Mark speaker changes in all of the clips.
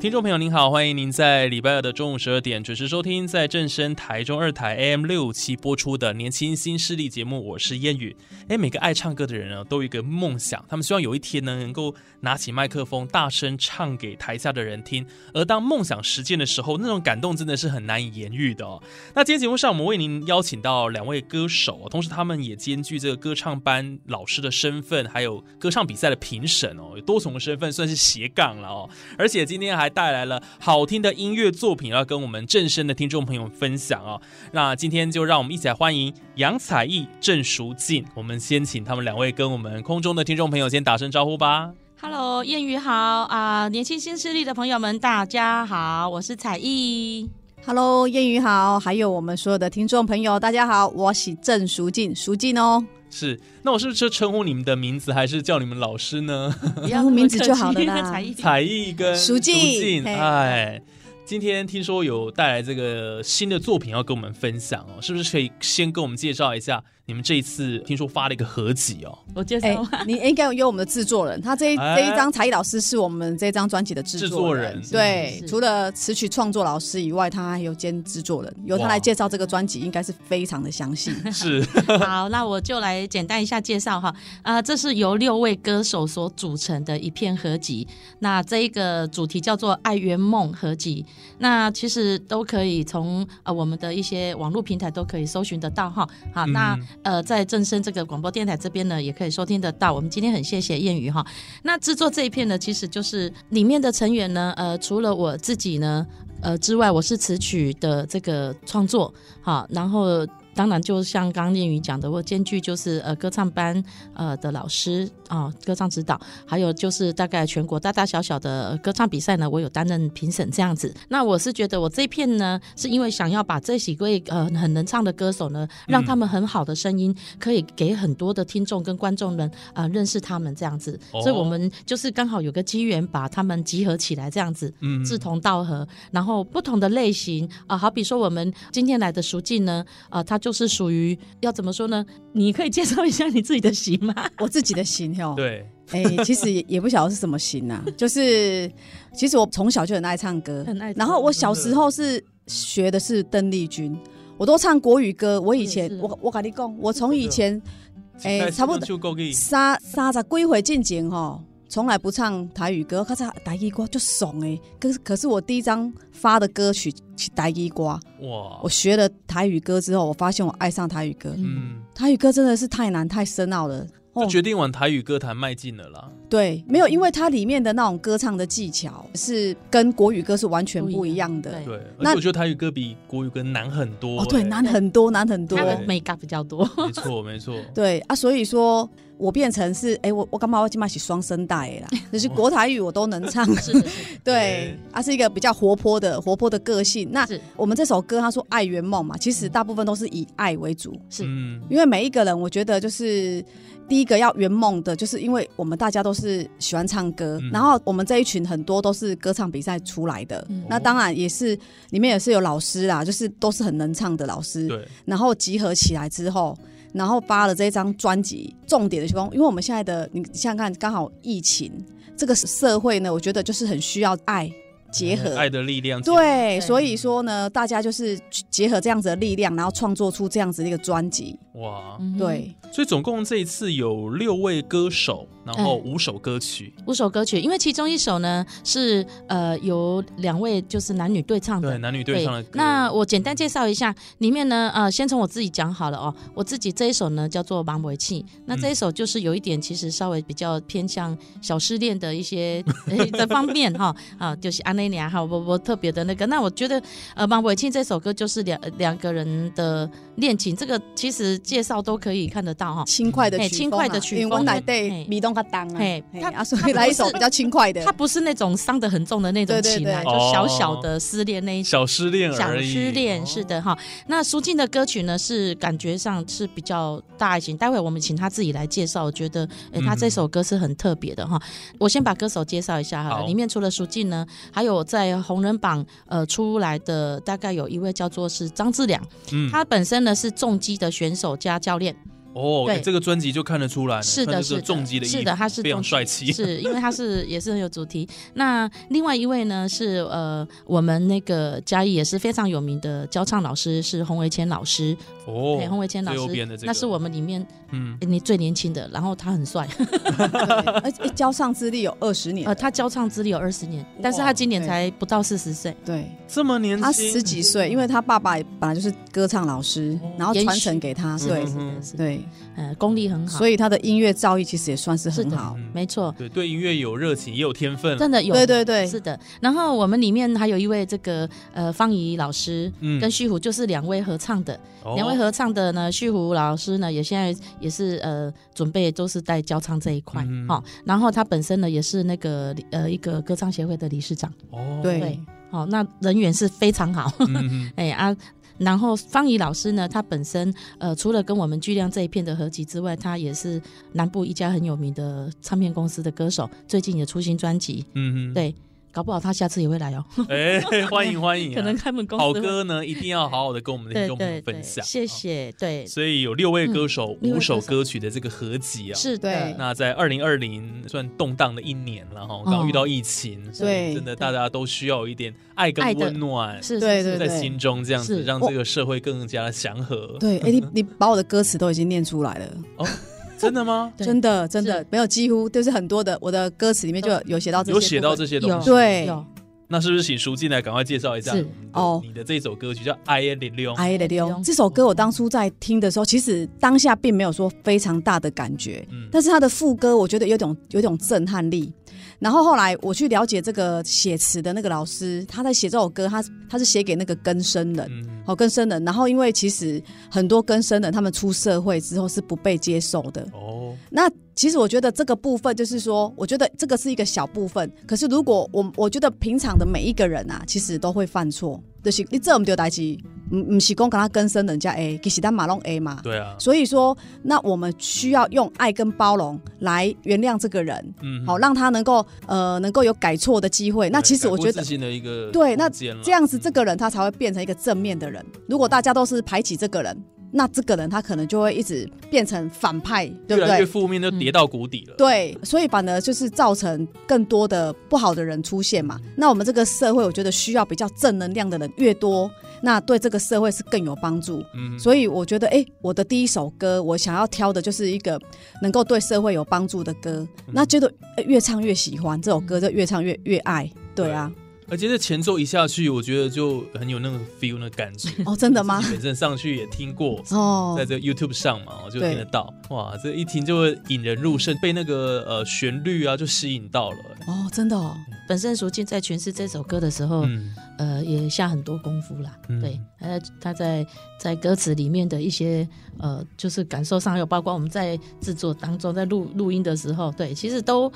Speaker 1: 听众朋友您好，欢迎您在礼拜二的中午十二点准时收听在正声台中二台 AM 六七播出的《年轻新势力》节目，我是燕语。哎，每个爱唱歌的人呢，都有一个梦想，他们希望有一天呢，能够拿起麦克风，大声唱给台下的人听。而当梦想实践的时候，那种感动真的是很难以言喻的哦。那今天节目上，我们为您邀请到两位歌手，同时他们也兼具这个歌唱班老师的身份，还有歌唱比赛的评审哦，有多重的身份算是斜杠了哦。 而且今天还带来了好听的音乐作品，要跟我们正声的听众朋友分享哦。那今天就让我们一起来欢迎杨采艺、郑淑静。我们先请他们两位跟我们空中的听众朋友先打声招呼吧。
Speaker 2: Hello，谚语好啊、年轻新势力的朋友们，大家好，我是彩 艺。
Speaker 3: Hello，谚语好，还有我们所有的听众朋友，大家好，我是郑淑静，淑静哦，
Speaker 1: 是，那我是不是称呼你们的名字，还是叫你们老师呢？
Speaker 2: 不
Speaker 3: 要那么名字就好了啦
Speaker 2: 客气彩艺，
Speaker 1: 才艺跟
Speaker 3: 熟记嘿
Speaker 1: 哎，今天听说有带来这个新的作品要跟我们分享哦，是不是可以先跟我们介绍一下？你们这一次听说发了一个合集哦，
Speaker 2: 我介
Speaker 3: 哎、
Speaker 2: 绍、
Speaker 3: 你应该有我们的制作人，他这一、
Speaker 1: 哎
Speaker 3: 这一张才艺老师是我们这张专辑的制作人，
Speaker 1: 制作
Speaker 2: 是
Speaker 3: 对
Speaker 2: 是，
Speaker 3: 除了词曲创作老师以外，他还有兼制作人，由他
Speaker 1: 哇
Speaker 3: 来介绍这个专辑，应该是非常的 详细。
Speaker 1: 是
Speaker 2: 好，那我就来简单一下介绍哈。啊、这是由六位歌手所组成的一片合集。那这一个主题叫做《爱圆梦》合集。那其实都可以从呃我们的一些网络平台都可以搜寻得到哈。好，那、呃在正声这个广播电台这边呢，也可以收听得到。我们今天很谢谢谚语哈。那制作这一片呢，其实就是里面的成员呢，呃，除了我自己呢，呃之外，我是词曲的这个创作，好，然后当然就像刚刚念宇讲的，我兼具就是呃歌唱班呃的老师啊、歌唱指导，还有就是大概全国大大小小的呃歌唱比赛呢，我有担任评审这样子。那我是觉得我这一片呢，是因为想要把这几位呃很能唱的歌手呢，让
Speaker 1: 嗯
Speaker 2: 他们很好的声音可以给很多的听众跟观众们啊、呃认识他们这样子，
Speaker 1: 哦
Speaker 2: 所以我们就是刚好有个机缘把他们集合起来这样子，
Speaker 1: 嗯
Speaker 2: 志同道合，然后不同的类型啊、好比说我们今天来的熟记呢，啊、它就是属于要怎么说呢？你可以介绍一下你自己的型吗？
Speaker 3: 我自己的型哦，
Speaker 1: 对，
Speaker 3: 哎、其实也也不晓得是什么型啊，就是其实我从小就很爱唱歌，
Speaker 2: 很爱唱
Speaker 3: 然后我小时候是学的是邓丽君，我都唱国语歌。我以前
Speaker 2: 我也是
Speaker 3: 我我跟你讲，我从以前哎差不多
Speaker 1: 就
Speaker 4: 啊
Speaker 1: 够给
Speaker 3: 三三十几回进前吼，从来不唱台语歌，可是台语歌就爽哎、可是可是我第一张发的歌曲是台语歌，
Speaker 1: 哇
Speaker 3: 我，学了台语歌之后，我发现我爱上台语歌，
Speaker 1: 嗯，
Speaker 3: 台语歌真的是太难太深奥了。
Speaker 2: 哦
Speaker 1: 就决定往台语歌坛迈进了啦。
Speaker 3: 对，没有，因为它里面的那种歌唱的技巧是跟国语歌是完全不一样
Speaker 2: 不
Speaker 3: 的
Speaker 2: 一。样
Speaker 1: 对，而
Speaker 3: 那
Speaker 1: 且我觉得台语歌比国语歌难很多、
Speaker 3: 哦，对，
Speaker 1: 哎
Speaker 3: 难很多，难很多欸
Speaker 2: 他。
Speaker 1: 对
Speaker 2: 的美感比较多，
Speaker 1: 没 错没错，
Speaker 3: 对啊，所以说我变成是，哎，我我干嘛我今嘛是双声带 的啦，就是国台语我都能唱。
Speaker 2: 是是是
Speaker 3: 对，啊，是一个比较活泼的活泼的个性。那
Speaker 2: 是嗯
Speaker 3: 我们这首歌他说爱圆梦嘛，其实大部分都是以爱为主，
Speaker 2: 是，
Speaker 1: 嗯，
Speaker 3: 因为每一个人，我觉得就是第一个要圆梦的，就是因为我们大家都是喜欢唱歌，
Speaker 1: 嗯
Speaker 3: 然后我们这一群很多都是歌唱比赛出来的，
Speaker 2: 嗯
Speaker 3: 那当然也是里面也是有老师啦，就是都是很能唱的老师，
Speaker 1: 对，
Speaker 3: 然后集合起来之后。然后发了这张专辑，重点的情况，因为我们现在的你想想看，刚好疫情这个社会呢，我觉得就是很需要爱结合，
Speaker 1: 嗯爱的力量，
Speaker 3: 对，
Speaker 2: 对
Speaker 3: 所以说呢，大家就是结合这样子的力量，然后创作出这样子的一个专辑。
Speaker 1: 哇，
Speaker 2: 嗯哼
Speaker 3: 对，
Speaker 1: 所以总共这一次有六位歌手然后五首歌曲，
Speaker 2: 五首歌曲，因为其中一首呢是呃由两位就是男女对唱的
Speaker 1: 对，男女对唱的歌。
Speaker 2: 那我简单介绍一下，里面呢，呃，先从我自己讲好了哦。我自己这一首呢叫做《盲尾气》，那这一首就是有一点其实稍微比较偏向小失恋的一 些诶的方面哈啊，就是安内良还有我我特别的那个。那我觉得呃，《盲尾气》这首歌就是两呃两个人的恋情，这个其实介绍都可以看得到哈。
Speaker 3: 轻快的
Speaker 2: 嘿
Speaker 3: 曲风啊，
Speaker 2: 轻快的曲
Speaker 3: 因为我
Speaker 2: 风
Speaker 3: 奶
Speaker 2: 嘿
Speaker 3: 对米东他当啊，
Speaker 2: 嘿
Speaker 3: 嘿
Speaker 2: 它
Speaker 3: 啊，所
Speaker 2: 它不
Speaker 3: 以来一
Speaker 2: 是
Speaker 3: 首比较轻快的
Speaker 2: 它。不是那种伤得很重的那种
Speaker 3: 对对
Speaker 2: 情啊，
Speaker 3: 对哦
Speaker 2: 就小小的失恋那一种。
Speaker 1: 小失恋
Speaker 2: 小
Speaker 1: 而已，哦
Speaker 2: 失恋是的哈。那苏静的歌曲呢，是感觉上是比较大一些。待会我们请她自己来介绍，我觉得诶，她
Speaker 1: 嗯
Speaker 2: 这首歌是很特别的哈。我先把歌手介绍一下哈
Speaker 1: 好，
Speaker 2: 里面除了苏静呢，还有在红人榜呃出来的大概有一位叫做是张志良，
Speaker 1: 嗯，
Speaker 2: 他本身呢是重击的选手加教练，
Speaker 1: 哦，
Speaker 2: 对
Speaker 1: 这个专辑就看得出来了，
Speaker 2: 是
Speaker 1: 穿
Speaker 2: 的，
Speaker 1: 着
Speaker 2: 是
Speaker 1: 这
Speaker 2: 的
Speaker 1: 个重击的衣服，
Speaker 2: 是的，他是
Speaker 1: 非常
Speaker 2: 重击
Speaker 1: 帅气，
Speaker 2: 是因为他是也是很有主题。那另外一位呢是呃，我们那个嘉义也是非常有名的教唱老师是洪维谦老师，
Speaker 1: 哦
Speaker 2: 哎对，洪维谦老
Speaker 1: 最右
Speaker 2: 师
Speaker 1: 边的，这个，
Speaker 2: 那是我们里面哎
Speaker 1: 嗯，
Speaker 2: 诶你最年轻的，然后他很 帅，
Speaker 3: 对而且交上资历有二十年
Speaker 2: 呃，
Speaker 3: 了，
Speaker 2: 他教唱资历有二十年，但是他今年才不到四十岁，
Speaker 3: 对
Speaker 1: 这么年轻，
Speaker 3: 他十几
Speaker 2: 嗯
Speaker 3: 岁，因为他爸爸本来就是歌唱老师，然后
Speaker 2: 延
Speaker 3: 传
Speaker 2: 续
Speaker 3: 承给他，
Speaker 2: 是
Speaker 3: 对嗯
Speaker 2: 的是的，是的，
Speaker 3: 对，
Speaker 2: 呃，功力嗯很好，
Speaker 3: 所以他的音乐造诣其实也算是
Speaker 2: 是
Speaker 3: 很
Speaker 2: 的
Speaker 3: 好。
Speaker 1: 嗯
Speaker 2: 没错，
Speaker 1: 对对音乐有热情，也有天分，
Speaker 2: 真的有，
Speaker 3: 对对对，
Speaker 2: 是的。然后我们里面还有一位这个呃方怡老师
Speaker 1: 嗯
Speaker 2: 跟旭虎，就是两位合唱的，
Speaker 1: 哦
Speaker 2: 两位合唱的呢，旭虎老师呢也现在也是呃准备都是在教唱这一块哈、
Speaker 1: 嗯
Speaker 2: 哦然后他本身呢也是那个呃一个歌唱协会的理事长，
Speaker 1: 哦，
Speaker 3: 对
Speaker 2: 对，哦，那人缘是非常好，
Speaker 1: 嗯
Speaker 2: 哎啊。然后方怡老师呢，他本身呃除了跟我们巨量这一片的合集之外，他也是南部一家很有名的唱片公司的歌手，最近也出新专辑，
Speaker 1: 嗯嗯，
Speaker 2: 对，搞不好他下次也会来 哦，
Speaker 1: 哎，欢迎欢迎啊，
Speaker 2: 可能他们公司
Speaker 1: 好
Speaker 2: 会
Speaker 1: 歌呢，一定要好好的跟我们的听
Speaker 2: 对
Speaker 1: 众朋友
Speaker 2: 对对，
Speaker 1: 分享。
Speaker 2: 谢谢，对，
Speaker 1: 所以有六位歌
Speaker 3: 嗯
Speaker 1: 手、
Speaker 2: 六位
Speaker 1: 五
Speaker 2: 歌
Speaker 1: 首
Speaker 2: 手
Speaker 1: 歌曲的这个合集啊。
Speaker 2: 是
Speaker 3: 对
Speaker 2: 的，
Speaker 1: 那在二零二零算动荡的一年了哈，刚遇到疫情，所以
Speaker 3: 哦对
Speaker 1: 真的大家都需要有一点爱跟
Speaker 2: 爱的
Speaker 1: 温暖
Speaker 2: 是，
Speaker 3: 对
Speaker 2: 是是
Speaker 1: 在心中，这样子
Speaker 2: 是
Speaker 1: 让这个社会更加祥和。
Speaker 3: 对，哎，你你把我的歌词都已经念出来了，
Speaker 1: 真的吗？
Speaker 2: 对
Speaker 3: 真的真的没有，几乎就是很多的我的歌词里面就有有写到这些，
Speaker 1: 有写到这，些东
Speaker 2: 有
Speaker 1: 西，
Speaker 3: 对
Speaker 2: 有
Speaker 1: 那是不是请书进来赶快介绍一下
Speaker 2: 是
Speaker 1: 你的
Speaker 3: 哦
Speaker 1: 你的这首歌曲叫《I Am 零六》，
Speaker 3: 哎的
Speaker 2: 哎
Speaker 3: 溜
Speaker 2: 呦，
Speaker 3: 这首歌我当初在听的时候，其实当下并没有说非常大的感觉，
Speaker 1: 嗯
Speaker 3: 但是它的副歌我觉得有种有种震撼力。然后后来我去了解这个写词的那个老师，他在写这首歌，他他是写给那个更生人，
Speaker 1: 嗯，
Speaker 3: 好更生人。然后因为其实很多更生人他们出社会之后是不被接受的，
Speaker 1: 哦，
Speaker 3: 那其实我觉得这个部分就是说，我觉得这个是一个小部分。可是如果我我觉得平常的每一个人啊，其实都会犯错，就是你这我们就代志，唔唔是讲跟他更生人家 A，其实咱马龙 A 嘛。
Speaker 1: 对啊，
Speaker 3: 所以说，那我们需要用爱跟包容来原谅这个人，
Speaker 1: 嗯，
Speaker 3: 好让他能够呃能够有改错的机会。那
Speaker 1: 对
Speaker 3: 其实
Speaker 1: 改
Speaker 3: 我
Speaker 1: 过
Speaker 3: 觉
Speaker 1: 自
Speaker 3: 得。
Speaker 1: 新的一个
Speaker 3: 对那
Speaker 1: 空间了
Speaker 3: 这样子，这个人他才会变成一个正面的人。如果大家都是排挤这个人，那这个人他可能就会一直变成反派，对
Speaker 1: 越
Speaker 3: 不
Speaker 1: 来
Speaker 3: 对嗯
Speaker 1: 越？负面，就跌到谷底了。
Speaker 3: 对，所以反而就是造成更多的不好的人出现嘛。那我们这个社会，我觉得需要比较正能量的人越多，那对这个社会是更有帮助。
Speaker 1: 嗯，
Speaker 3: 所以我觉得，哎、我的第一首歌，我想要挑的就是一个能够对社会有帮助的歌。那觉得、呃越唱越喜欢这首歌，就越唱越越爱。对啊，
Speaker 1: 而且这前奏一下去，我觉得就很有那个 feel 的感觉。
Speaker 3: 哦，真的 吗
Speaker 1: 自？己本身上去也听过，
Speaker 3: 哦
Speaker 1: 在，这个 YouTube 上嘛，哦我就
Speaker 3: 对
Speaker 1: 听得到。哇，这一听就会引人入胜，被那个呃旋律啊就吸引到了。
Speaker 3: 哦，真的哦，
Speaker 2: 本身淑静在诠释这首歌的时候，
Speaker 1: 嗯，
Speaker 2: 呃，也下很多功夫啦。
Speaker 1: 嗯
Speaker 2: 对，呃，他在在歌词里面的一些呃，就是感受上，有包括我们在制作当中，在录录音的时候，对，其实都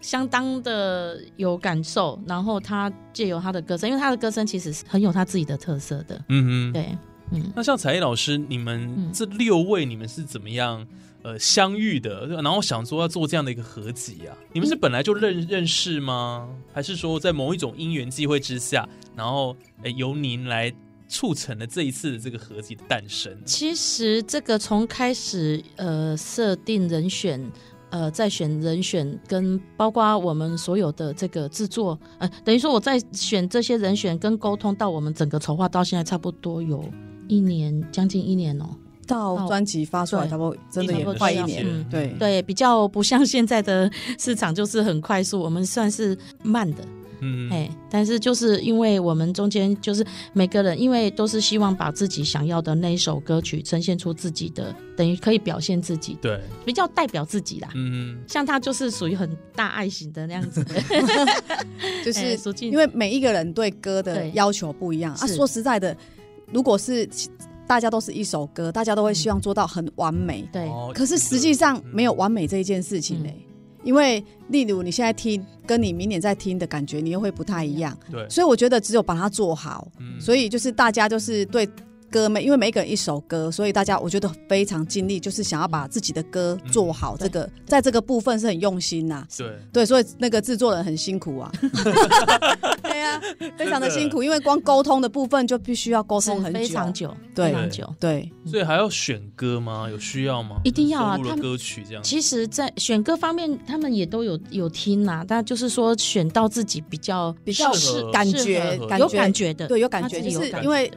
Speaker 2: 相当的有感受。然后他借由他的歌声，因为他的歌声其实是很有他自己的特色的。
Speaker 1: 嗯哼。
Speaker 2: 对，嗯，
Speaker 1: 那像才艺老师，你们
Speaker 2: 嗯
Speaker 1: 这六位你们是怎么样呃相遇的？然后想说要做这样的一个合集啊？你
Speaker 2: 嗯
Speaker 1: 们是本来就认认识吗？还是说在某一种因缘际会之下，然后诶由您来促成了这一次的这个合集的诞生？
Speaker 2: 其实这个从开始呃设定人选。呃，在选人选跟包括我们所有的这个制作，呃，等于说我在选这些人选跟沟通到我们整个筹划到现在差不多有一年，将近一年哦、
Speaker 3: 到专辑发出
Speaker 2: 嗯
Speaker 3: 来，
Speaker 2: 对
Speaker 3: 差不多真的
Speaker 2: 差
Speaker 3: 也
Speaker 2: 不多
Speaker 3: 快
Speaker 2: 这
Speaker 3: 一
Speaker 2: 样
Speaker 3: 年
Speaker 2: 嗯
Speaker 3: 了，对。
Speaker 2: 对，比较不像现在的市场，就是很快速，我们算是慢的，
Speaker 1: 嗯，
Speaker 2: 哎、但是就是因为我们中间就是每个人，因为都是希望把自己想要的那一首歌曲呈现出自己的，等于可以表现自己，
Speaker 1: 对，
Speaker 2: 比较代表自己啦。
Speaker 1: 嗯，
Speaker 2: 像他就是属于很大爱型的那样子的， 哎
Speaker 3: 就是
Speaker 2: 苏静
Speaker 3: 因为每一个人对歌的
Speaker 2: 对
Speaker 3: 要求不一样啊。
Speaker 2: 是
Speaker 3: 说实在的，如果是其大家都是一首歌，大家都会希望做到很完美，
Speaker 2: 对、
Speaker 1: 哦
Speaker 3: 可是实际上没有完美这一件事情嘞、因为例如你现在听，跟你明年再听的感觉，你又会不太一样。
Speaker 1: 对，
Speaker 3: 所以我觉得只有把它做好，
Speaker 1: 嗯
Speaker 3: 所以就是大家就是对歌每，因为每一个人一首歌，所以大家我觉得非常尽力，就是想要把自己的歌做好。这个在这个部分是很用心呐、
Speaker 1: 对，
Speaker 2: 嗯
Speaker 3: 对，所以那个制作人很辛苦啊，对啊，非常的辛苦，因为光沟通的部分就必须要沟
Speaker 2: 是
Speaker 3: 通很久，
Speaker 2: 非常久，
Speaker 3: 对嗯
Speaker 2: 非常久。
Speaker 3: 对，
Speaker 1: 所以还要选歌吗？有需要吗？
Speaker 2: 一定要啊
Speaker 1: 收录
Speaker 2: 他
Speaker 1: 了
Speaker 2: 们
Speaker 1: 歌曲这样子。
Speaker 2: 其实，在选歌方面，他们也都有有听啦、但就是说选到自己比较
Speaker 3: 比较
Speaker 1: 适合
Speaker 3: 感
Speaker 1: 适
Speaker 3: 觉
Speaker 1: 合
Speaker 2: 有
Speaker 3: 感
Speaker 2: 感
Speaker 3: 觉
Speaker 2: 觉的，
Speaker 3: 对有感
Speaker 2: 他
Speaker 3: 觉，
Speaker 2: 自己
Speaker 3: 就
Speaker 2: 有
Speaker 3: 是
Speaker 2: 感
Speaker 3: 因为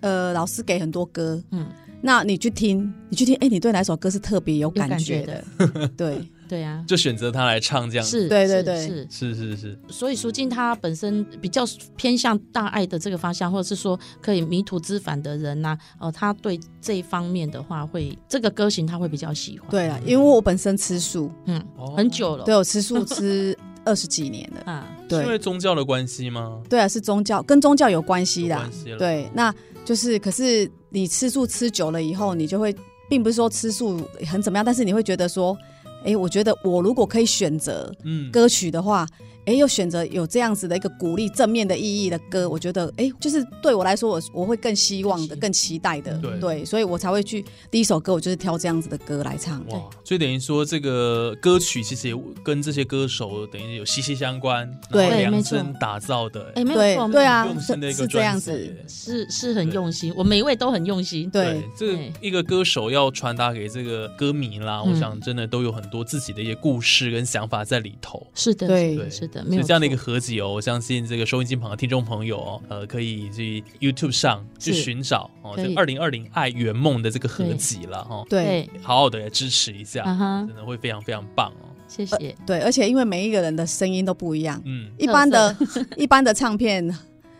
Speaker 1: 嗯
Speaker 3: 呃老师给很多歌，
Speaker 2: 嗯，
Speaker 3: 那你去听，你去听，哎、你对哪首歌是特别有感觉的？对，
Speaker 2: 对啊，
Speaker 1: 就选择他来唱这样子。
Speaker 2: 是，
Speaker 3: 对对
Speaker 2: 是
Speaker 3: 对
Speaker 2: 是。
Speaker 1: 是是是，
Speaker 2: 所以舒静她本身比较偏向大爱的这个方向，或者是说可以迷途知返的人呐、哦、呃，他对这一方面的话会这个歌型他会比较喜欢。，
Speaker 3: 对了，啊因为我本身吃素，
Speaker 2: 嗯，
Speaker 1: 哦
Speaker 2: 很久了，
Speaker 3: 对我吃素吃二十几年 了，
Speaker 2: 啊，
Speaker 1: 是因
Speaker 3: 对
Speaker 1: 为宗教的关系吗？
Speaker 3: 对啊，是宗教跟宗教有关系
Speaker 1: 有
Speaker 3: 啦
Speaker 1: 关，系了，
Speaker 3: 对，那就是可是你吃素吃久了以后，你就会，并不是说吃素很怎么样，但是你会觉得说，哎、我觉得我如果可以选择
Speaker 1: 嗯，
Speaker 3: 歌曲的话。哎，又选择有这样子的一个鼓励、正面的意义的歌，我觉得哎，就是对我来说，我我会更希望
Speaker 2: 更
Speaker 3: 的、
Speaker 2: 希
Speaker 3: 更期待的，
Speaker 1: 对
Speaker 3: 对，所以我才会去第一首歌，我就是挑这样子的歌来唱。
Speaker 1: 哇，所以等于说这个歌曲其实也跟这些歌手等于有息息相关，
Speaker 3: 对
Speaker 1: 然后量
Speaker 2: 没错
Speaker 1: 身打造的，
Speaker 2: 哎，没
Speaker 3: 对
Speaker 2: 有错，
Speaker 3: 对啊
Speaker 1: 用，心的
Speaker 3: 是
Speaker 1: 一个
Speaker 3: 是这样
Speaker 1: 专辑
Speaker 3: 子，
Speaker 1: 耶。
Speaker 2: 是是很用心，我每一位都很用心。
Speaker 3: 对，
Speaker 1: 这个
Speaker 2: 对
Speaker 1: 一个歌手要传达给这个歌迷啦，
Speaker 2: 嗯
Speaker 1: 我想真的都有很多自己的一些故事跟想法在里头。
Speaker 2: 是的，
Speaker 3: 对
Speaker 2: 是
Speaker 1: 对，
Speaker 2: 的是的，
Speaker 1: 所
Speaker 2: 没
Speaker 1: 以
Speaker 2: 有
Speaker 1: 这样的一个
Speaker 2: 错
Speaker 1: 合集哦，我相信这个收音机旁的听众朋友哦，呃，可以去 YouTube 上去
Speaker 2: 是
Speaker 1: 寻找哦，
Speaker 2: 可
Speaker 1: 这
Speaker 2: 以
Speaker 1: 二零二零爱圆梦的这个合集了哦，
Speaker 3: 对
Speaker 2: 对，
Speaker 1: 好好的来支持一下，
Speaker 2: 啊哈
Speaker 1: 真，的会非常非常棒哦。
Speaker 2: 谢谢。
Speaker 3: 对，而且因为每一个人的声音都不一样，
Speaker 1: 嗯，
Speaker 3: 呃一般的 一般的唱片。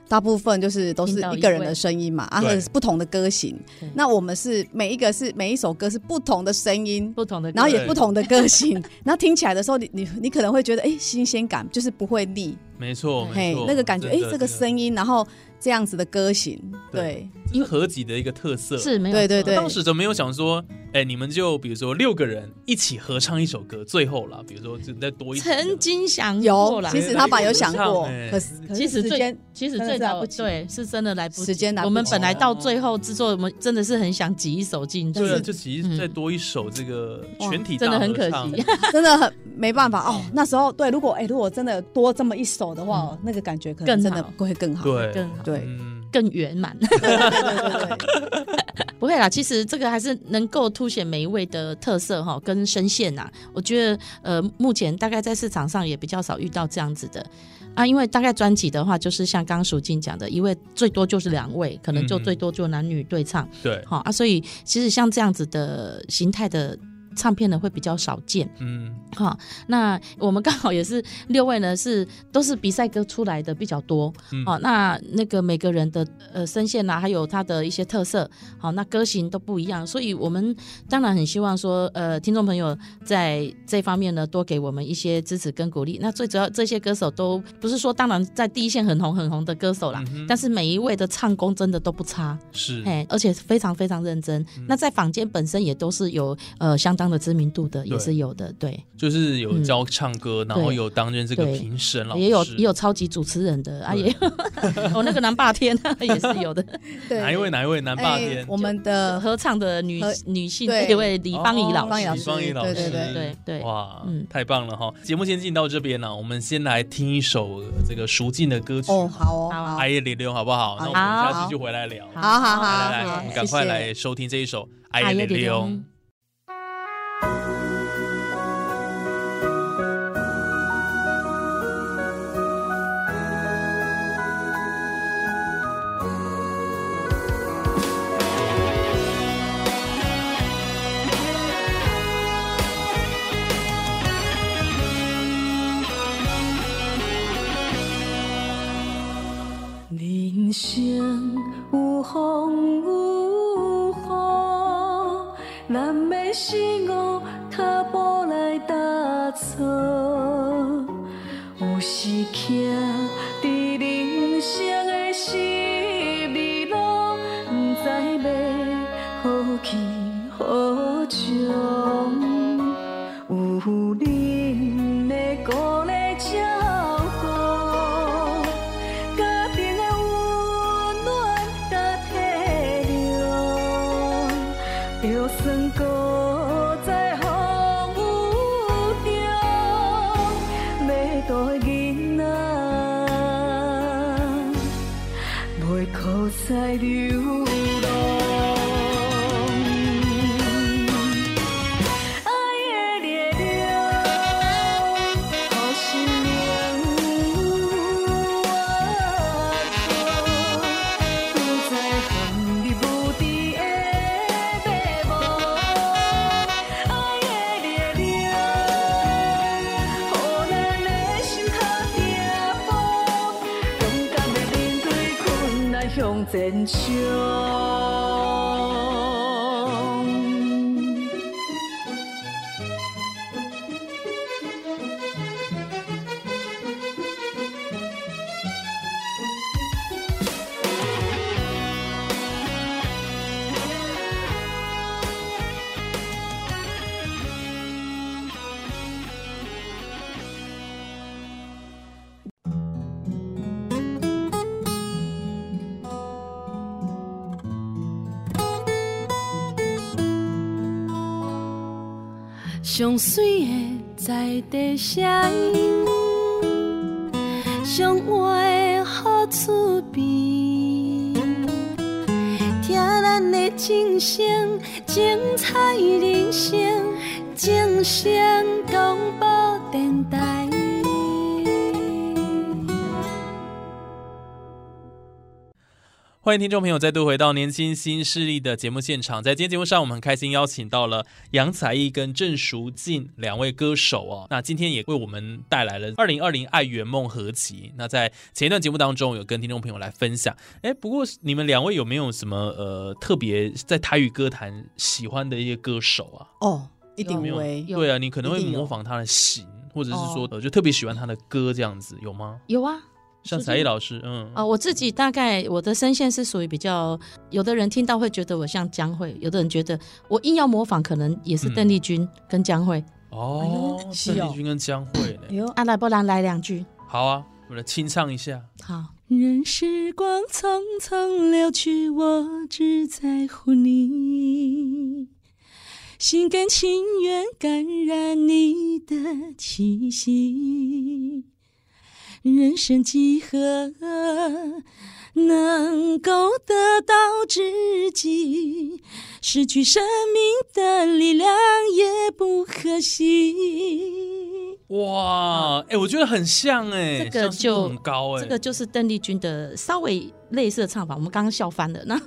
Speaker 3: 大部分就是都是
Speaker 2: 听到
Speaker 3: 一个人
Speaker 2: 一位
Speaker 3: 的声音嘛，啊，
Speaker 1: 对
Speaker 3: 和不同的歌型
Speaker 2: 对。
Speaker 3: 那我们是每一个是每一首歌是不同的声音，
Speaker 2: 不同的歌，
Speaker 3: 然后也
Speaker 1: 对
Speaker 3: 不同的 歌型，然后听起来的时候，你你你可能会觉得哎、诶新鲜感，就是不会腻，
Speaker 1: 没错，没
Speaker 3: 嘿
Speaker 1: 错，，
Speaker 3: 那个感觉哎、
Speaker 1: 真
Speaker 3: 诶
Speaker 1: 的
Speaker 3: 这个声音，然后这样子的歌型，对
Speaker 1: 这是合集的一个特色。
Speaker 2: 是没有
Speaker 3: 对对
Speaker 2: 错
Speaker 3: 对
Speaker 1: 当时怎么没有想说，哎，你们就比如说六个人一起合唱一首歌，最后啦，比如说就再多一集这样
Speaker 2: 曾经想过
Speaker 3: 有，
Speaker 2: 啦
Speaker 3: 其，实他爸有想
Speaker 1: 有
Speaker 3: 过
Speaker 1: 唱欸，
Speaker 3: 可是可是
Speaker 2: 其实
Speaker 3: 时
Speaker 2: 最
Speaker 3: 间
Speaker 2: 其实
Speaker 3: 真的
Speaker 2: 最
Speaker 3: 是来
Speaker 2: 早
Speaker 3: 不及
Speaker 2: 对是真的来不及，
Speaker 3: 时间来不及
Speaker 2: 我们本来
Speaker 1: 哦
Speaker 2: 到最后制作，我们真的是很想挤一首进，但
Speaker 1: 对啊，
Speaker 2: 是
Speaker 1: 就其
Speaker 2: 嗯
Speaker 1: 实再多一首这个
Speaker 3: 哇
Speaker 1: 全体
Speaker 2: 真
Speaker 1: 大
Speaker 2: 的很
Speaker 1: 合
Speaker 2: 可
Speaker 1: 唱
Speaker 2: 惜。
Speaker 3: 真的很没办法
Speaker 2: 嗯
Speaker 3: 哦。那时候对，如果哎、如果真的多这么一首的话，哦那个感觉可能
Speaker 2: 更
Speaker 3: 真的
Speaker 2: 好
Speaker 3: 会更好。
Speaker 1: 对，
Speaker 2: 更好
Speaker 3: 对
Speaker 1: 嗯，
Speaker 2: 更圆满。
Speaker 3: 对对对，
Speaker 2: 不会啦，其实这个还是能够凸显每一位的特色哈、跟声线呐、啊我觉得呃，目前大概在市场上也比较少遇到这样子的啊，因为大概专辑的话，就是像刚淑静讲的，一位最多就是两位，可能就
Speaker 1: 嗯嗯
Speaker 2: 最多就男女对唱。
Speaker 1: 对，
Speaker 2: 好、啊，所以其实像这样子的形态的唱片呢，会比较少见
Speaker 1: 嗯，
Speaker 2: 哈、那我们刚好也是六位呢，是都是比赛歌出来的比较多，
Speaker 1: 嗯
Speaker 2: 好、那那个每个人的呃声线呐、还有他的一些特色，好、那歌型都不一样，所以我们当然很希望说，呃，听众朋友在这方面呢，多给我们一些支持跟鼓励。那最主要这些歌手都不是说，当然在第一线很红很红的歌手啦，
Speaker 1: 嗯哼
Speaker 2: 但是每一位的唱功真的都不差，
Speaker 1: 是，嗯
Speaker 2: 哎，而且非常非常认真。那在坊间本身也都是有呃相当的知名度的，也是有的，对，
Speaker 1: 就是有
Speaker 2: 嗯
Speaker 1: 教唱歌，然后
Speaker 2: 对
Speaker 1: 有担任这个
Speaker 2: 对
Speaker 1: 评审老师，
Speaker 2: 也有也有超级主持人的啊，也有 哦那个南霸天也是有的，呃
Speaker 3: 对
Speaker 1: 哪一位？哪一位南霸
Speaker 3: 哎
Speaker 1: 天？
Speaker 3: 我们的
Speaker 2: 合唱的女
Speaker 3: 和
Speaker 2: 女性
Speaker 3: 对
Speaker 2: 这位李邦仪
Speaker 1: 哦
Speaker 2: 老
Speaker 3: 邦
Speaker 2: 师
Speaker 3: 仪，老师
Speaker 1: 方怡老师，
Speaker 3: 对对
Speaker 2: 对对
Speaker 1: 哇，
Speaker 2: 嗯
Speaker 1: 太棒了哈！节目先进到这边啊了，我们先来听一首呃这个熟静的歌曲《
Speaker 3: 哦，好哦，
Speaker 2: 好
Speaker 3: 好，
Speaker 1: 爱夜零六》，好不好？那我们
Speaker 2: 好
Speaker 1: 下期就回来聊，
Speaker 2: 好
Speaker 3: 好好
Speaker 1: 来来
Speaker 3: 好
Speaker 1: 来，我
Speaker 3: 好，
Speaker 1: 们
Speaker 3: 谢
Speaker 1: 赶快
Speaker 3: 谢
Speaker 1: 来收听这一首《爱
Speaker 2: 哎
Speaker 1: 夜
Speaker 2: 呀
Speaker 1: 零六》。
Speaker 5: 「生有风有雨，难免失误，踏步来踏错。有时徛伫人生的十字路，不知要好去好唱。有恁的鼓励照顾，家庭的温暖甲体谅，就算搁再风雨中，要大的囡仔。袂靠再流浪。爱的力量，互生命有活路，不再陷入无知的迷雾。爱的力量，互咱的心较定步。勇敢的面对困难，向前冲。
Speaker 6: 上水的在地声音，上活的好厝边，听咱的掌声，精彩人生，掌声广播电台。
Speaker 1: 欢迎听众朋友再度回到《年轻新势力》的节目现场，在今天节目上，我们很开心邀请到了杨采艺跟郑淑静两位歌手哦。那今天也为我们带来了二零二零爱圆梦合集。那在前一段节目当中，有跟听众朋友来分享。哎，不过你们两位有没有什么呃特别在台语歌坛喜欢的一些歌手啊？
Speaker 3: 哦，一
Speaker 2: 有
Speaker 3: 定
Speaker 2: 没
Speaker 1: 有
Speaker 3: 为
Speaker 2: 有哦
Speaker 1: 对啊，你可能会
Speaker 3: 一定有
Speaker 1: 模仿他的型，或者是说、呃就特别喜欢他的歌这样子，有吗？
Speaker 2: 有啊，
Speaker 1: 像
Speaker 2: 是
Speaker 1: 才艺老师，嗯，
Speaker 2: 啊、我自己大概我的声线是属于比较，有的人听到会觉得我像江蕙，有的人觉得我硬要模仿，可能也
Speaker 1: 嗯
Speaker 2: 是邓丽君跟江蕙。
Speaker 1: 哦，
Speaker 2: 哎
Speaker 3: 是
Speaker 1: 邓丽
Speaker 3: 哦
Speaker 1: 君跟江蕙嘞。
Speaker 3: 哎呦，
Speaker 2: 啊，来不然来两句，
Speaker 1: 好啊，我们来清唱一下。
Speaker 2: 好。
Speaker 6: 任时光匆匆流去，我只在乎你。心甘情愿感染你的气息，人生几何能够得到知己？失去生命的力量也不可惜。
Speaker 1: 哇，哎、我觉得很像哎、
Speaker 2: 这个
Speaker 1: 相似度
Speaker 2: 就
Speaker 1: 很高哎、
Speaker 2: 这个就是邓丽君的稍微类似的唱法，我们刚刚笑翻了， 然后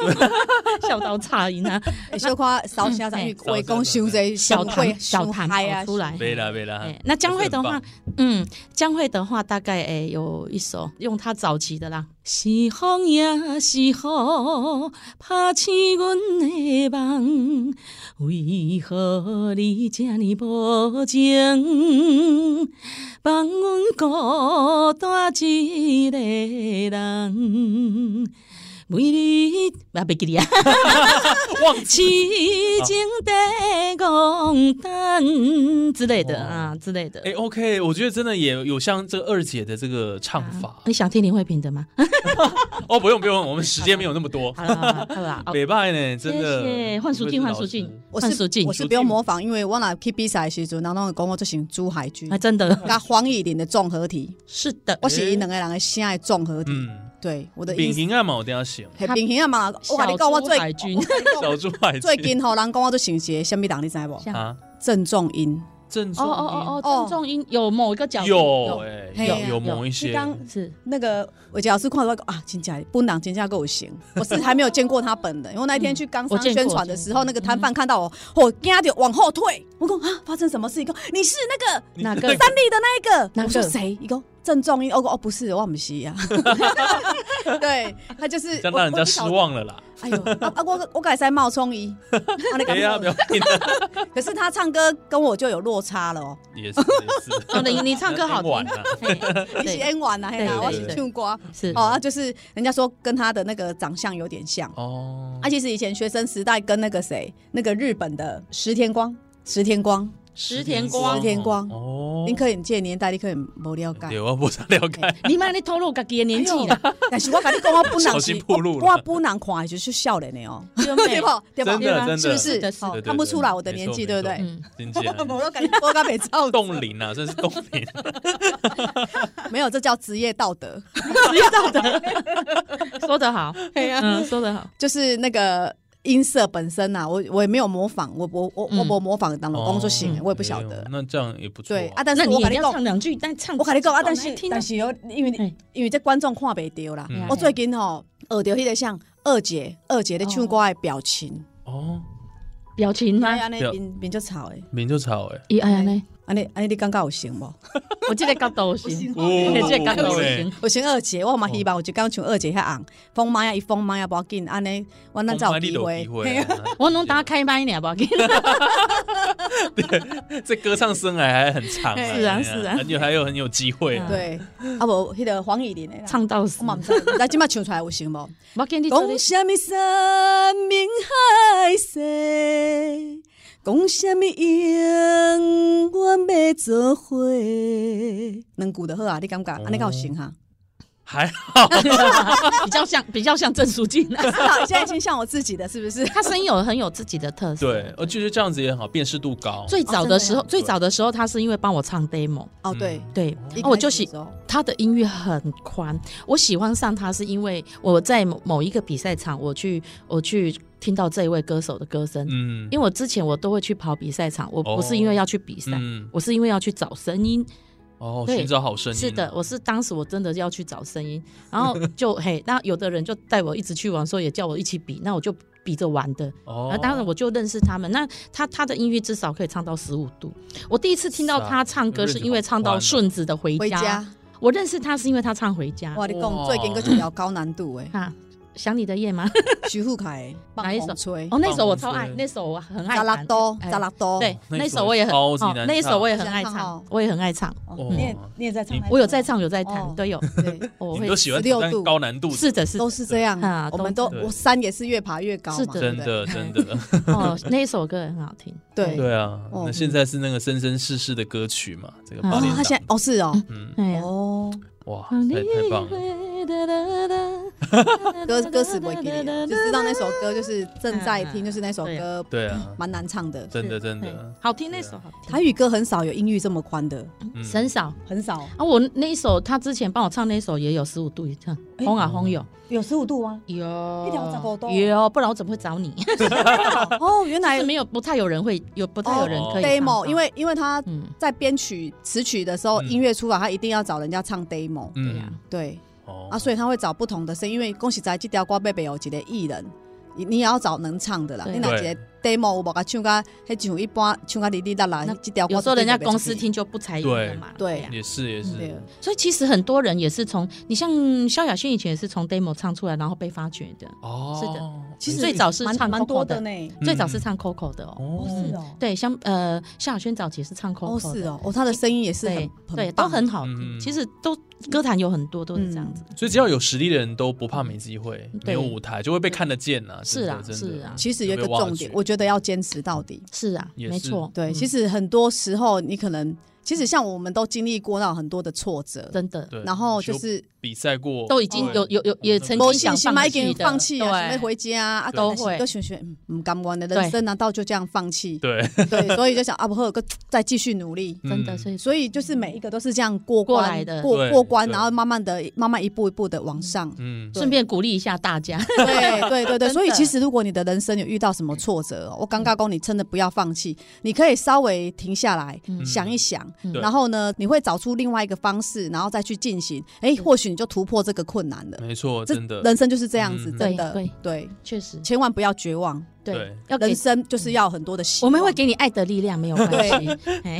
Speaker 2: 笑到岔音啊，
Speaker 3: 会哎小可稍下上去，
Speaker 1: 嗯
Speaker 3: 围攻伤济，
Speaker 2: 小
Speaker 3: 会
Speaker 2: 弹小弹
Speaker 3: 伤害啊
Speaker 2: 跑出来。
Speaker 1: 没啦没啦。
Speaker 2: 哎，那江蕙的
Speaker 1: 还
Speaker 2: 话
Speaker 1: 是，
Speaker 2: 嗯，江蕙的话大概哎有一首用她早期的啦，
Speaker 6: 是风也是雨，拍醒阮的梦。为何你这呢无情，放阮孤单一个人？每日啊，袂记你啊，
Speaker 1: 忘
Speaker 6: 痴情的孤单之类的啊，之类的。
Speaker 1: 哎、o k 我觉得真的也有像这个二姐的这个唱法、
Speaker 2: 你想听林慧萍的吗？
Speaker 1: 哦，不用不用，我们时间没有那么多
Speaker 2: 好。了好了好了，哦
Speaker 1: 北拜呢，真的。
Speaker 2: 谢谢换淑静换淑静
Speaker 1: 慧芝
Speaker 2: 换
Speaker 1: 老师
Speaker 3: 我
Speaker 2: 淑
Speaker 3: 是
Speaker 2: 静
Speaker 3: 我是不用模仿，因为我若去比赛的时阵，人拢会讲我最喜欢朱海军
Speaker 2: 啊，，真的
Speaker 3: 甲黄以玲的综合体，
Speaker 2: 是的，
Speaker 3: 我是因两个人的声的综合体。
Speaker 1: 嗯，
Speaker 3: 对，我的
Speaker 1: 丙
Speaker 3: 意思，
Speaker 1: 型按嘛，我等一 下写。
Speaker 3: 嘿平行啊嘛，我跟你讲，我最
Speaker 2: 小猪海军
Speaker 3: 我跟你
Speaker 1: 小
Speaker 3: 讲
Speaker 1: 猪海
Speaker 3: 最近吼，人讲我最想一个什么人，你知无？
Speaker 2: 像
Speaker 1: 啊，
Speaker 3: 郑仲英，
Speaker 1: 郑
Speaker 2: 哦
Speaker 1: 中
Speaker 2: 哦
Speaker 1: 英
Speaker 2: 哦哦，郑中英有某一个角度
Speaker 1: 有哎、
Speaker 3: 嘿
Speaker 1: 有
Speaker 3: 啊
Speaker 1: 有某一些
Speaker 3: 你刚
Speaker 2: 是
Speaker 3: 那个我老师看到我啊，金家本人金家 够行，我是还没有见过他本人，因为那一天去冈
Speaker 2: 我
Speaker 3: 山
Speaker 2: 见过
Speaker 3: 宣传的时候，那个摊贩看到我，我惊就往后退，我讲啊，发生什么事？一个你是那个
Speaker 2: 哪
Speaker 1: 你
Speaker 2: 个
Speaker 3: 三立的那一个，
Speaker 2: 哪个
Speaker 3: 我说谁？一个郑重音，哦哦，不是，我不 是呀、啊。对他就是
Speaker 1: 这样让人家失。
Speaker 3: 我我
Speaker 1: 望了 啦。
Speaker 3: 不晓得哎呦，啊啊，我我改塞冒 充一，啊你
Speaker 1: 哎
Speaker 3: 敢
Speaker 1: 呀，
Speaker 3: 冒
Speaker 1: 不要听 了，
Speaker 3: 可是他唱歌跟我就有落差了哦。
Speaker 1: 也是也 是。
Speaker 2: 哦你你唱歌好听
Speaker 1: 晚啊了，
Speaker 2: 嘿
Speaker 3: 你
Speaker 2: 对，
Speaker 3: 是演完啦，嘿啦，
Speaker 2: 对
Speaker 3: 我
Speaker 2: 对
Speaker 3: 是
Speaker 2: 对
Speaker 3: 唱歌哦，
Speaker 2: 是
Speaker 3: 啊，就是人家说跟他的那个长相有点像。
Speaker 1: 哦
Speaker 3: 啊，，其实以前学生时代跟那个谁，那个日本的石田光，石田光，
Speaker 2: 石田光
Speaker 3: 石田光
Speaker 1: 哦，
Speaker 3: 林可颖这个年代你可能无了解
Speaker 1: 对，。我不想了解。
Speaker 2: 你妈你透露自己的年纪了，
Speaker 3: 但是我跟你讲，我不能
Speaker 1: 小心暴露了
Speaker 3: 我我不能看的就是笑脸的哦，
Speaker 2: 对不
Speaker 3: 对
Speaker 2: 对
Speaker 1: 真
Speaker 3: 不？对不？
Speaker 1: 的真
Speaker 3: 是不
Speaker 1: 的，
Speaker 2: 是的
Speaker 3: 是？
Speaker 2: 是的
Speaker 3: 哦
Speaker 1: 对对
Speaker 3: 看不出来我的
Speaker 1: 没
Speaker 3: 年
Speaker 1: 错
Speaker 3: 纪，
Speaker 1: 没
Speaker 3: 对不对
Speaker 1: 错？
Speaker 2: 嗯，
Speaker 1: 经 纪人
Speaker 3: 我跟你我跟没照
Speaker 1: 冻龄啊，真是冻龄。
Speaker 3: 没有，这叫职业道德。
Speaker 2: 说得好，嗯，说得好，
Speaker 3: 就是那个音色本身呐、啊，我我也没有模仿，我我我我
Speaker 2: 嗯
Speaker 3: 我模仿当老公就行了，
Speaker 1: 哦
Speaker 3: 我也不晓
Speaker 1: 哎
Speaker 3: 得
Speaker 1: 呦。那这样也不错。
Speaker 3: 对啊，，但
Speaker 6: 那
Speaker 3: 是
Speaker 6: 你
Speaker 3: 我跟
Speaker 6: 也
Speaker 3: 你
Speaker 6: 要
Speaker 3: 讲，
Speaker 6: 唱两句，但唱
Speaker 3: 我跟你讲啊，但
Speaker 6: 唱
Speaker 2: 哎
Speaker 6: 来
Speaker 3: 是
Speaker 6: 听啊
Speaker 3: 但是有因为
Speaker 6: 嘿
Speaker 3: 因为这观众看袂到啦
Speaker 1: 嗯。
Speaker 3: 我最近吼学着迄个像二姐，二姐咧唱歌的表情，
Speaker 1: 哦，
Speaker 2: 表情吗
Speaker 3: 哎？安尼
Speaker 1: 表
Speaker 3: 面面就吵诶，
Speaker 1: 名就吵哎。
Speaker 2: 伊哎呀呢，
Speaker 3: 安尼安尼你感觉有行无？
Speaker 2: 我这个角度行，
Speaker 1: 哦
Speaker 2: 这个角度行，
Speaker 3: 有行二姐，我嘛希望有一天像二姐遐红，风妈呀伊风妈呀无要紧，安尼我咱才有
Speaker 1: 有
Speaker 3: 机
Speaker 1: 机
Speaker 3: 会。
Speaker 1: 会啊。
Speaker 2: 我拢打开麦呢，不要紧，
Speaker 1: 这歌唱生涯还很长啊。
Speaker 2: 是啊
Speaker 1: 哎呀
Speaker 2: 是啊
Speaker 1: 很有还有很有机会啊。
Speaker 3: 对，啊无迄个黄以玲诶，
Speaker 2: 唱到死
Speaker 3: 我，嘛毋知， 咱即摆唱出来有行无？
Speaker 2: 不要紧，你做你
Speaker 3: 讲什么山明海誓，讲什么永远要做伙，两句就好啊，你感觉？安尼敢有行哈？
Speaker 1: 还好，
Speaker 2: 比较像比较像郑书静，
Speaker 3: 好，现在已经像我自己的，是不是？
Speaker 2: 他声音有很有自己的特色。
Speaker 1: 对，我觉得这样子也很好，辨识度高。
Speaker 2: 最早的时候，
Speaker 3: 哦
Speaker 2: 最早的时候，他是因为帮我唱 demo，
Speaker 3: 哦，对，
Speaker 2: 对，
Speaker 3: 一
Speaker 2: 然
Speaker 3: 开
Speaker 2: 后我就
Speaker 3: 始
Speaker 2: 喜
Speaker 3: 的时候
Speaker 2: 他的音乐很宽，我喜欢上他是因为我在某某一个比赛场，我去我去听到这一位歌手的歌声，
Speaker 1: 嗯，
Speaker 2: 因为我之前我都会去跑比赛场，我不是因为要去比赛，
Speaker 1: 嗯，
Speaker 2: 我是因为要去找声音。
Speaker 1: 哦，
Speaker 2: 对
Speaker 1: 寻找好声音。
Speaker 2: 是的，我是当时我真的要去找声音，然后就嘿，那有的人就带我一直去玩，说也叫我一起比，那我就比着玩的。
Speaker 1: 哦
Speaker 2: 那、，当然我就认识他们。那他他的音域至少可以唱到十五度。我第一次听到
Speaker 1: 是啊
Speaker 2: 他唱歌
Speaker 1: 日
Speaker 2: 是
Speaker 1: 子
Speaker 2: 因为
Speaker 1: 好
Speaker 2: 唱
Speaker 1: 宽
Speaker 2: 到
Speaker 1: 哦
Speaker 2: 顺子的《回
Speaker 3: 回家，
Speaker 2: 我认识他是因为他唱《回家，
Speaker 3: 我》跟你讲
Speaker 1: 哇
Speaker 3: 最近个就聊高难度诶
Speaker 2: 啊，想你的夜 吗？
Speaker 3: 徐富凯
Speaker 2: 哪一首
Speaker 3: 放风吹
Speaker 2: 哦，，那首我超
Speaker 1: 放风
Speaker 2: 爱
Speaker 1: 筝，
Speaker 2: 那首我很爱
Speaker 3: 扎
Speaker 2: 弹。
Speaker 3: 拉多，
Speaker 2: 哎
Speaker 3: 扎拉多，
Speaker 2: 对，
Speaker 1: 那
Speaker 2: 那
Speaker 1: 首
Speaker 2: 首我也很
Speaker 1: 超级
Speaker 2: 哦
Speaker 1: 难
Speaker 2: 那
Speaker 1: 唱
Speaker 2: 首我也很爱
Speaker 3: 想唱
Speaker 2: 唱
Speaker 3: 哦，
Speaker 2: 我也很爱唱，
Speaker 3: 哦
Speaker 1: 哦
Speaker 3: 你也你也在唱
Speaker 1: 你
Speaker 3: 那首吗，
Speaker 2: 我有在唱，有在弹
Speaker 3: 哦，
Speaker 2: 都有。
Speaker 3: 对，
Speaker 2: 我
Speaker 1: 你
Speaker 2: 会
Speaker 1: 们都喜欢
Speaker 3: 16
Speaker 1: 挑战
Speaker 3: 度
Speaker 1: 高难度的，
Speaker 2: 是的，是的
Speaker 3: 都是这样
Speaker 2: 啊
Speaker 3: 我
Speaker 2: 都
Speaker 3: 们都
Speaker 1: 对
Speaker 3: 我山也是越爬越高嘛，
Speaker 2: 是的
Speaker 3: 对
Speaker 1: 真
Speaker 3: 不
Speaker 1: 的真的。
Speaker 2: 哦，那一首歌很好听。
Speaker 3: 对
Speaker 1: 对啊，
Speaker 3: 哦
Speaker 1: 那现在是那个生生世世的歌曲嘛，这个
Speaker 2: 嗯
Speaker 1: 八
Speaker 3: 哦
Speaker 1: 点，档，
Speaker 3: 他现在哦是哦，
Speaker 1: 嗯，
Speaker 2: 哎呀，
Speaker 3: 哦，
Speaker 1: 哇，太太棒了，
Speaker 3: 歌歌词不会给你 啊，就知道那首歌就是正在
Speaker 2: 嗯
Speaker 3: 听，就是那首歌
Speaker 1: 对啊，
Speaker 3: 蛮难唱的。
Speaker 1: 真的真
Speaker 2: 哎
Speaker 1: 的，
Speaker 3: 啊
Speaker 2: 好听那首好听，
Speaker 3: 台语歌很少有音域这么宽的，
Speaker 1: 嗯
Speaker 2: 很少
Speaker 3: 很少
Speaker 2: 啊。我那一首他之前帮我唱那一首也有十五度以上，轰啊轰有
Speaker 3: 有十五度吗？
Speaker 2: 有
Speaker 3: 115度
Speaker 2: 有，不然我怎么会找你？
Speaker 3: 哦，原来哦
Speaker 2: 是没有不太有人会有不太有人可以唱
Speaker 3: demo，
Speaker 2: 到
Speaker 3: 因为因为他
Speaker 2: 嗯
Speaker 3: 在编曲词曲的时候，
Speaker 1: 嗯
Speaker 3: 音乐出来他一定要找人家唱 demo，
Speaker 2: 对呀
Speaker 1: 嗯，
Speaker 3: 对啊
Speaker 1: 哦
Speaker 3: 啊，所以他会找不同的声音，因为恭喜仔这条歌贝贝有几个艺人。你你也要找能唱的啦，
Speaker 2: 对
Speaker 3: 你哪一个 demo 有无甲唱甲，迄像一般唱甲哩哩啦啦
Speaker 2: 那，
Speaker 3: 这条歌
Speaker 2: 有时候人家公司
Speaker 3: 听。
Speaker 2: 听就不采用了嘛。
Speaker 3: 对
Speaker 2: 啊
Speaker 1: 以也是也
Speaker 3: 对
Speaker 1: 是，
Speaker 2: 所以其实很多人也是从你像萧亚轩以前也是从 demo 唱出来，然后被发掘的。
Speaker 1: 哦，
Speaker 2: 是的
Speaker 3: 其实
Speaker 2: 最早是
Speaker 3: 蛮
Speaker 2: 唱
Speaker 3: 蛮
Speaker 2: Coco
Speaker 3: 多
Speaker 2: 的
Speaker 3: 的，呢。
Speaker 2: 最早是唱 Coco 的哦。
Speaker 1: 嗯哦，
Speaker 2: 嗯
Speaker 3: 哦
Speaker 2: 对，像呃萧亚轩早期是唱
Speaker 3: 哦
Speaker 2: Coco
Speaker 3: 是
Speaker 2: 的，
Speaker 3: 哦，哦他的声音也是很
Speaker 2: 对对，
Speaker 3: 很
Speaker 2: 都
Speaker 3: 棒
Speaker 2: 很好听。
Speaker 1: 嗯
Speaker 2: 其实都歌坛有很多都是这样子。
Speaker 3: 嗯
Speaker 1: 所以只要有实力的人都不怕没机会，没
Speaker 2: 对
Speaker 1: 有舞台就会被看得见呐，
Speaker 2: 是啊
Speaker 1: 真的
Speaker 2: 是
Speaker 1: 真的
Speaker 2: 啊
Speaker 3: 其实有一个
Speaker 1: 就被挖
Speaker 3: 重点
Speaker 1: 掘，
Speaker 3: 我觉得要坚持到底。
Speaker 2: 是啊，
Speaker 1: 也
Speaker 2: 没
Speaker 1: 是
Speaker 2: 错。
Speaker 3: 对，
Speaker 2: 嗯
Speaker 3: 其实很多时候你可能，其实像我们都经历过那种很多的挫折，
Speaker 2: 真的
Speaker 1: 对，嗯
Speaker 3: 然后就
Speaker 1: 有
Speaker 3: 是
Speaker 1: 比赛过，
Speaker 2: 都已经有有有也曾
Speaker 3: 哦
Speaker 2: 经
Speaker 3: 没信
Speaker 2: 想
Speaker 3: 心嘛，
Speaker 2: 放
Speaker 3: 已经
Speaker 2: 弃的，
Speaker 3: 放弃啊，准备
Speaker 2: 对，
Speaker 3: 回家啊，啊
Speaker 2: 都会
Speaker 3: 都选选嗯，甘愿的
Speaker 2: 对
Speaker 3: 人生难道就这样放弃？
Speaker 1: 对，
Speaker 3: 对，所以就想啊，不好，个再继续努力。
Speaker 2: 真的
Speaker 1: 嗯
Speaker 2: 所以
Speaker 3: 所以就是每一个都是这样过
Speaker 2: 过
Speaker 3: 关
Speaker 2: 来的
Speaker 3: 过
Speaker 1: 对
Speaker 3: 过关，
Speaker 1: 对
Speaker 3: 然后慢慢的、慢慢一步一步的往上。
Speaker 1: 嗯，
Speaker 2: 顺便鼓励一下大家。
Speaker 3: 对对对
Speaker 2: 真
Speaker 3: 对，
Speaker 2: 的嗯
Speaker 3: 所以其实如果你的人生有遇到什么挫折哦，我刚刚讲你真的不要放弃，你可以稍微停下来、
Speaker 2: 嗯
Speaker 3: 想一想，
Speaker 2: 嗯
Speaker 3: 然后呢，你会找出另外一个方式，然后再去进行，哎，或许你就突破这
Speaker 2: 嗯
Speaker 3: 个困难了。
Speaker 1: 没错，
Speaker 3: 这
Speaker 1: 真的，
Speaker 3: 人生就是这样子，
Speaker 1: 嗯
Speaker 3: 真的
Speaker 2: 对
Speaker 3: 对，
Speaker 2: 确实，
Speaker 3: 千万不要绝望。
Speaker 2: 对
Speaker 1: 对，
Speaker 2: 要给
Speaker 3: 人生就是要很多的希
Speaker 2: 我
Speaker 3: 望
Speaker 2: 们会给你爱的力量，没有关 系。哎，。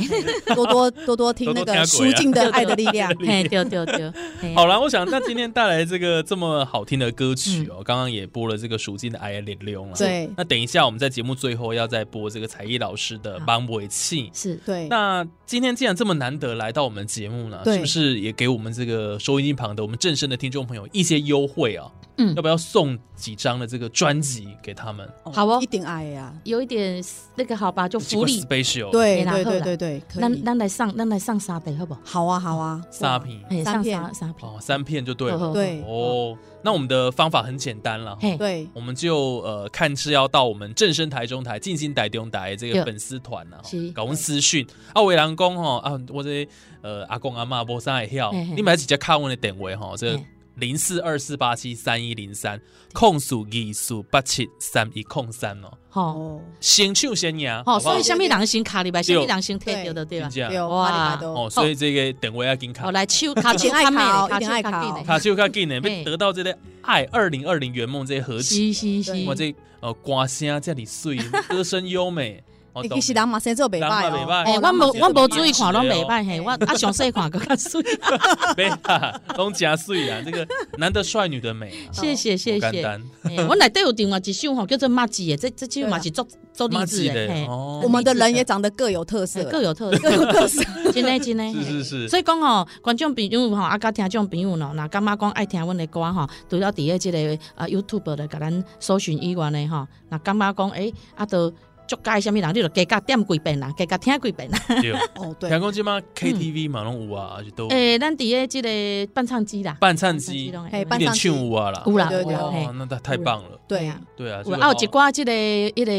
Speaker 3: 多多多多听
Speaker 1: 多
Speaker 3: 那
Speaker 1: 多听
Speaker 3: 个
Speaker 1: 鬼
Speaker 3: 舒
Speaker 1: 啊
Speaker 3: 静的《爱的力量》
Speaker 2: 嘿，丢丢丢，嘿
Speaker 1: 好啦，我想那今天带来这个这么好听的歌曲
Speaker 2: 嗯
Speaker 1: 哦，刚刚也播了这个《熟尽的爱呀零六》了。
Speaker 3: 对
Speaker 1: 那等一下我们在节目最后要再播这个才艺老师的《
Speaker 2: 好
Speaker 1: 帮尾气》。
Speaker 2: 是
Speaker 3: 对，
Speaker 1: 那今天既然这么难得来到我们节目呢，
Speaker 3: 对
Speaker 1: 是不是也给我们这个收音机旁的我们正声的听众朋友一些优惠啊？
Speaker 2: 嗯
Speaker 1: 要不要送几张的这个专辑给他们？
Speaker 2: 好哦
Speaker 3: 一，定爱呀。
Speaker 2: 有一点那个好吧，就福利。
Speaker 1: special
Speaker 3: 对
Speaker 2: 没啦
Speaker 3: 对
Speaker 2: 好啦
Speaker 3: 对对对，可
Speaker 2: 咱
Speaker 3: 以。
Speaker 2: 咱来上，咱来上沙北好不好？
Speaker 3: 好啊好啊，
Speaker 1: 沙皮
Speaker 2: 嘿，
Speaker 3: 三
Speaker 2: 上
Speaker 3: 片
Speaker 2: 沙沙北。
Speaker 1: 哦，三片就对了。
Speaker 2: 好
Speaker 3: 对
Speaker 1: 哦，那我们的方法很简单了。
Speaker 2: 嘿，
Speaker 3: 对
Speaker 1: 我们就呃看是要到我们正声台中台、静心台中台这个
Speaker 2: 对
Speaker 1: 粉丝团呐
Speaker 2: 是，
Speaker 1: 搞阮私讯啊，伟人讲吼啊，我这呃阿公阿妈无啥会晓，
Speaker 2: 嘿嘿
Speaker 1: 你买直接敲阮的电话吼，这
Speaker 2: 嘿
Speaker 1: 零四二四八七三一零三控诉二四八七三一控三哦，
Speaker 2: 好，
Speaker 3: 哦，
Speaker 1: 先唱先赢，
Speaker 2: 好，
Speaker 1: 好不好
Speaker 2: 哦所以下面人先卡里吧，下面
Speaker 1: 对
Speaker 2: 人先退掉的，对吧
Speaker 1: 真？的
Speaker 3: 对哦，
Speaker 2: 哇
Speaker 3: 哇，都
Speaker 1: 哦，所以这个电话要紧
Speaker 2: 我
Speaker 1: 卡。
Speaker 2: 来手卡
Speaker 3: 一
Speaker 2: 手
Speaker 3: 定爱
Speaker 2: 卡
Speaker 3: 考
Speaker 2: 妹，卡
Speaker 3: 一定
Speaker 2: 手
Speaker 3: 爱
Speaker 2: 卡
Speaker 3: 考
Speaker 2: 紧的
Speaker 1: 卡就较紧呢，
Speaker 2: 嘿
Speaker 1: 要得到这个爱二零二零圆梦这些合集，
Speaker 2: 是是是
Speaker 3: 对，
Speaker 1: 我这呃歌声这里碎，歌声优美， 哦
Speaker 3: 欸
Speaker 1: 懂
Speaker 3: 其实人嘛生做袂
Speaker 1: 人
Speaker 3: 歹
Speaker 1: 嘛
Speaker 3: 哦
Speaker 1: 袂歹，
Speaker 2: 哎，我
Speaker 3: 人嘛
Speaker 2: 无
Speaker 3: 生
Speaker 2: 我
Speaker 3: 做
Speaker 2: 无
Speaker 3: 袂
Speaker 2: 注意
Speaker 3: 歹
Speaker 2: 看拢
Speaker 1: 是哦
Speaker 2: 袂歹，嘿，我啊详细看更较水。
Speaker 1: 别啦，拢加水啊！这个男的帅，女的美、啊，
Speaker 2: 谢谢谢
Speaker 1: 不简
Speaker 2: 谢。
Speaker 1: 单，
Speaker 2: 嘿我内底有另外一首吼，叫做《马子》的，这这首嘛是做做励
Speaker 1: 蛮
Speaker 2: 志
Speaker 1: 记
Speaker 2: 的，
Speaker 1: 得
Speaker 2: 嘿，
Speaker 1: 哦
Speaker 3: 我。们的
Speaker 2: 很励志
Speaker 3: 人也长得各有特
Speaker 2: 嘿
Speaker 3: 色，
Speaker 2: 哎各有特
Speaker 3: 各
Speaker 2: 色，
Speaker 3: 有特 色。
Speaker 2: 真的真的。
Speaker 1: 是
Speaker 2: 嘿
Speaker 1: 是是，
Speaker 2: 所以讲吼，观众朋友吼，啊，甲听众朋友喏，若感觉讲爱听阮的歌吼，除了伫诶即个啊 YouTube 咧，甲咱搜寻以外呢吼，若感觉讲诶、啊，都足介啥物人，你就加甲点几遍啦，加甲听几遍啦。
Speaker 1: 对，
Speaker 3: 哦， 对
Speaker 1: 听，讲即
Speaker 2: 嗯
Speaker 1: 马 KTV 嘛拢有啊，而且都
Speaker 2: 诶、咱伫诶即个伴唱机啦，
Speaker 1: 伴唱机
Speaker 2: 拢
Speaker 3: 嘿
Speaker 2: 会
Speaker 1: 一
Speaker 3: 伴
Speaker 1: 点
Speaker 3: 唱机
Speaker 1: 唱有啊啦，
Speaker 2: 有啦
Speaker 3: 对
Speaker 2: 有
Speaker 3: 对
Speaker 2: 啦，嘿
Speaker 1: 哦，，那太太棒了，
Speaker 3: 对
Speaker 2: 啊
Speaker 3: 呀，，
Speaker 1: 对啊，
Speaker 2: 有
Speaker 1: 这
Speaker 2: 啊，
Speaker 1: 个
Speaker 2: 有一寡即个迄个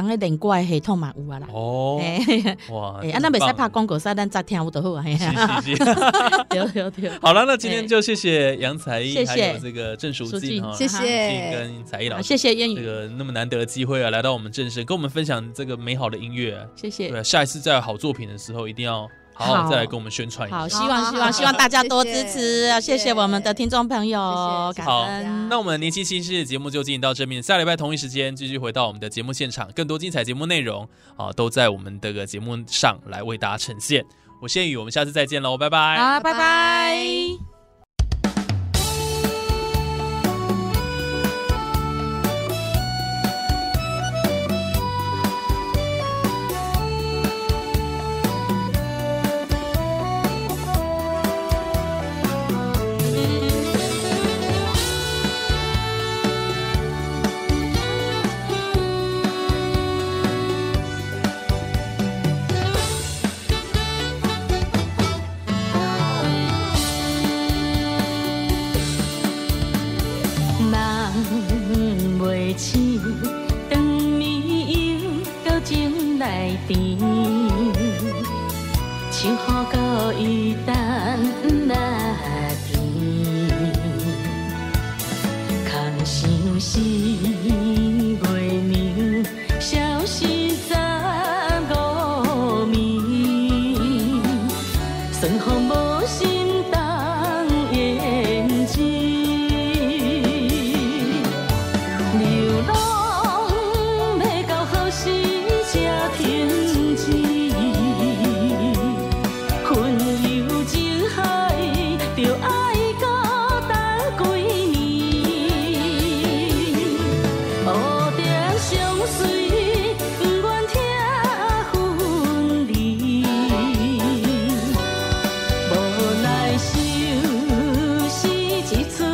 Speaker 2: 人诶连歌诶系统嘛有啊啦。
Speaker 1: 哦，
Speaker 2: 诶、
Speaker 1: 哇，
Speaker 2: 嘿啊，咱袂使拍
Speaker 1: 光，
Speaker 2: 广告，使咱再听有就好啊。嘿啊，
Speaker 1: 是是是，
Speaker 2: 对对对，
Speaker 1: 好了，那今天就谢谢杨才艺，
Speaker 2: 谢
Speaker 1: 还
Speaker 2: 谢
Speaker 1: 有哦这个郑淑
Speaker 2: 淑
Speaker 1: 静
Speaker 2: 静
Speaker 1: 哈，
Speaker 3: 谢
Speaker 2: 好
Speaker 1: 静
Speaker 3: 谢，
Speaker 1: 跟才艺老
Speaker 2: 好，
Speaker 1: 师，
Speaker 2: 谢谢谚
Speaker 1: 这
Speaker 2: 语，
Speaker 1: 个那么难得的机会啊，来到我们正式，跟我们分享这个美好的音乐。啊
Speaker 2: 谢谢。
Speaker 1: 对，下一次再有好作品的时候，一定要好好
Speaker 2: 好
Speaker 1: 再来跟我们宣传一下
Speaker 2: 好，。希
Speaker 3: 好好
Speaker 2: 望希
Speaker 3: 好
Speaker 2: 望希望大家多
Speaker 3: 谢
Speaker 2: 支
Speaker 3: 谢
Speaker 2: 持，谢
Speaker 3: 谢
Speaker 2: 谢我们的听众朋友，
Speaker 3: 谢
Speaker 2: 感
Speaker 3: 谢
Speaker 1: 好
Speaker 2: 恩。
Speaker 1: 那我们年轻新事的节目就进行到这边，下礼拜同一时间继续回到我们的节目现场，更多精彩节目内容啊，都在我们这个节目上来为大家呈现。我谢宇，我们下次再见喽，拜拜。
Speaker 2: 好，拜
Speaker 3: 拜
Speaker 2: 拜。
Speaker 5: 梦袂醒，长暝又到情来甜，秋雨到伊等来甜，空想是月明，消失在无眠。酸风无心动眼睛，流浪要到何时才停止？云游情海，着爱到等几年？蝴蝶相随，不愿拆分离。无奈相思一寸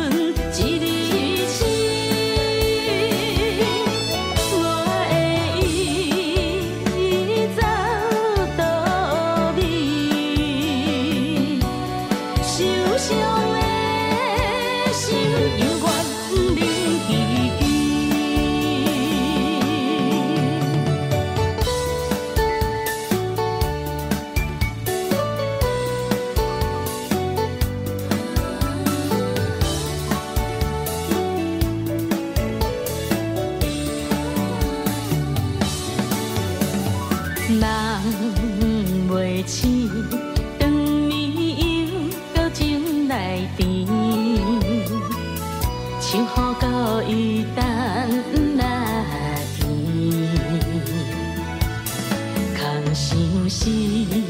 Speaker 5: 一厘丝，我的伊走倒你，受伤的心犹原冷凄凄。梦袂醒，长暝又到情来甜，秋雨到伊等来甜，心。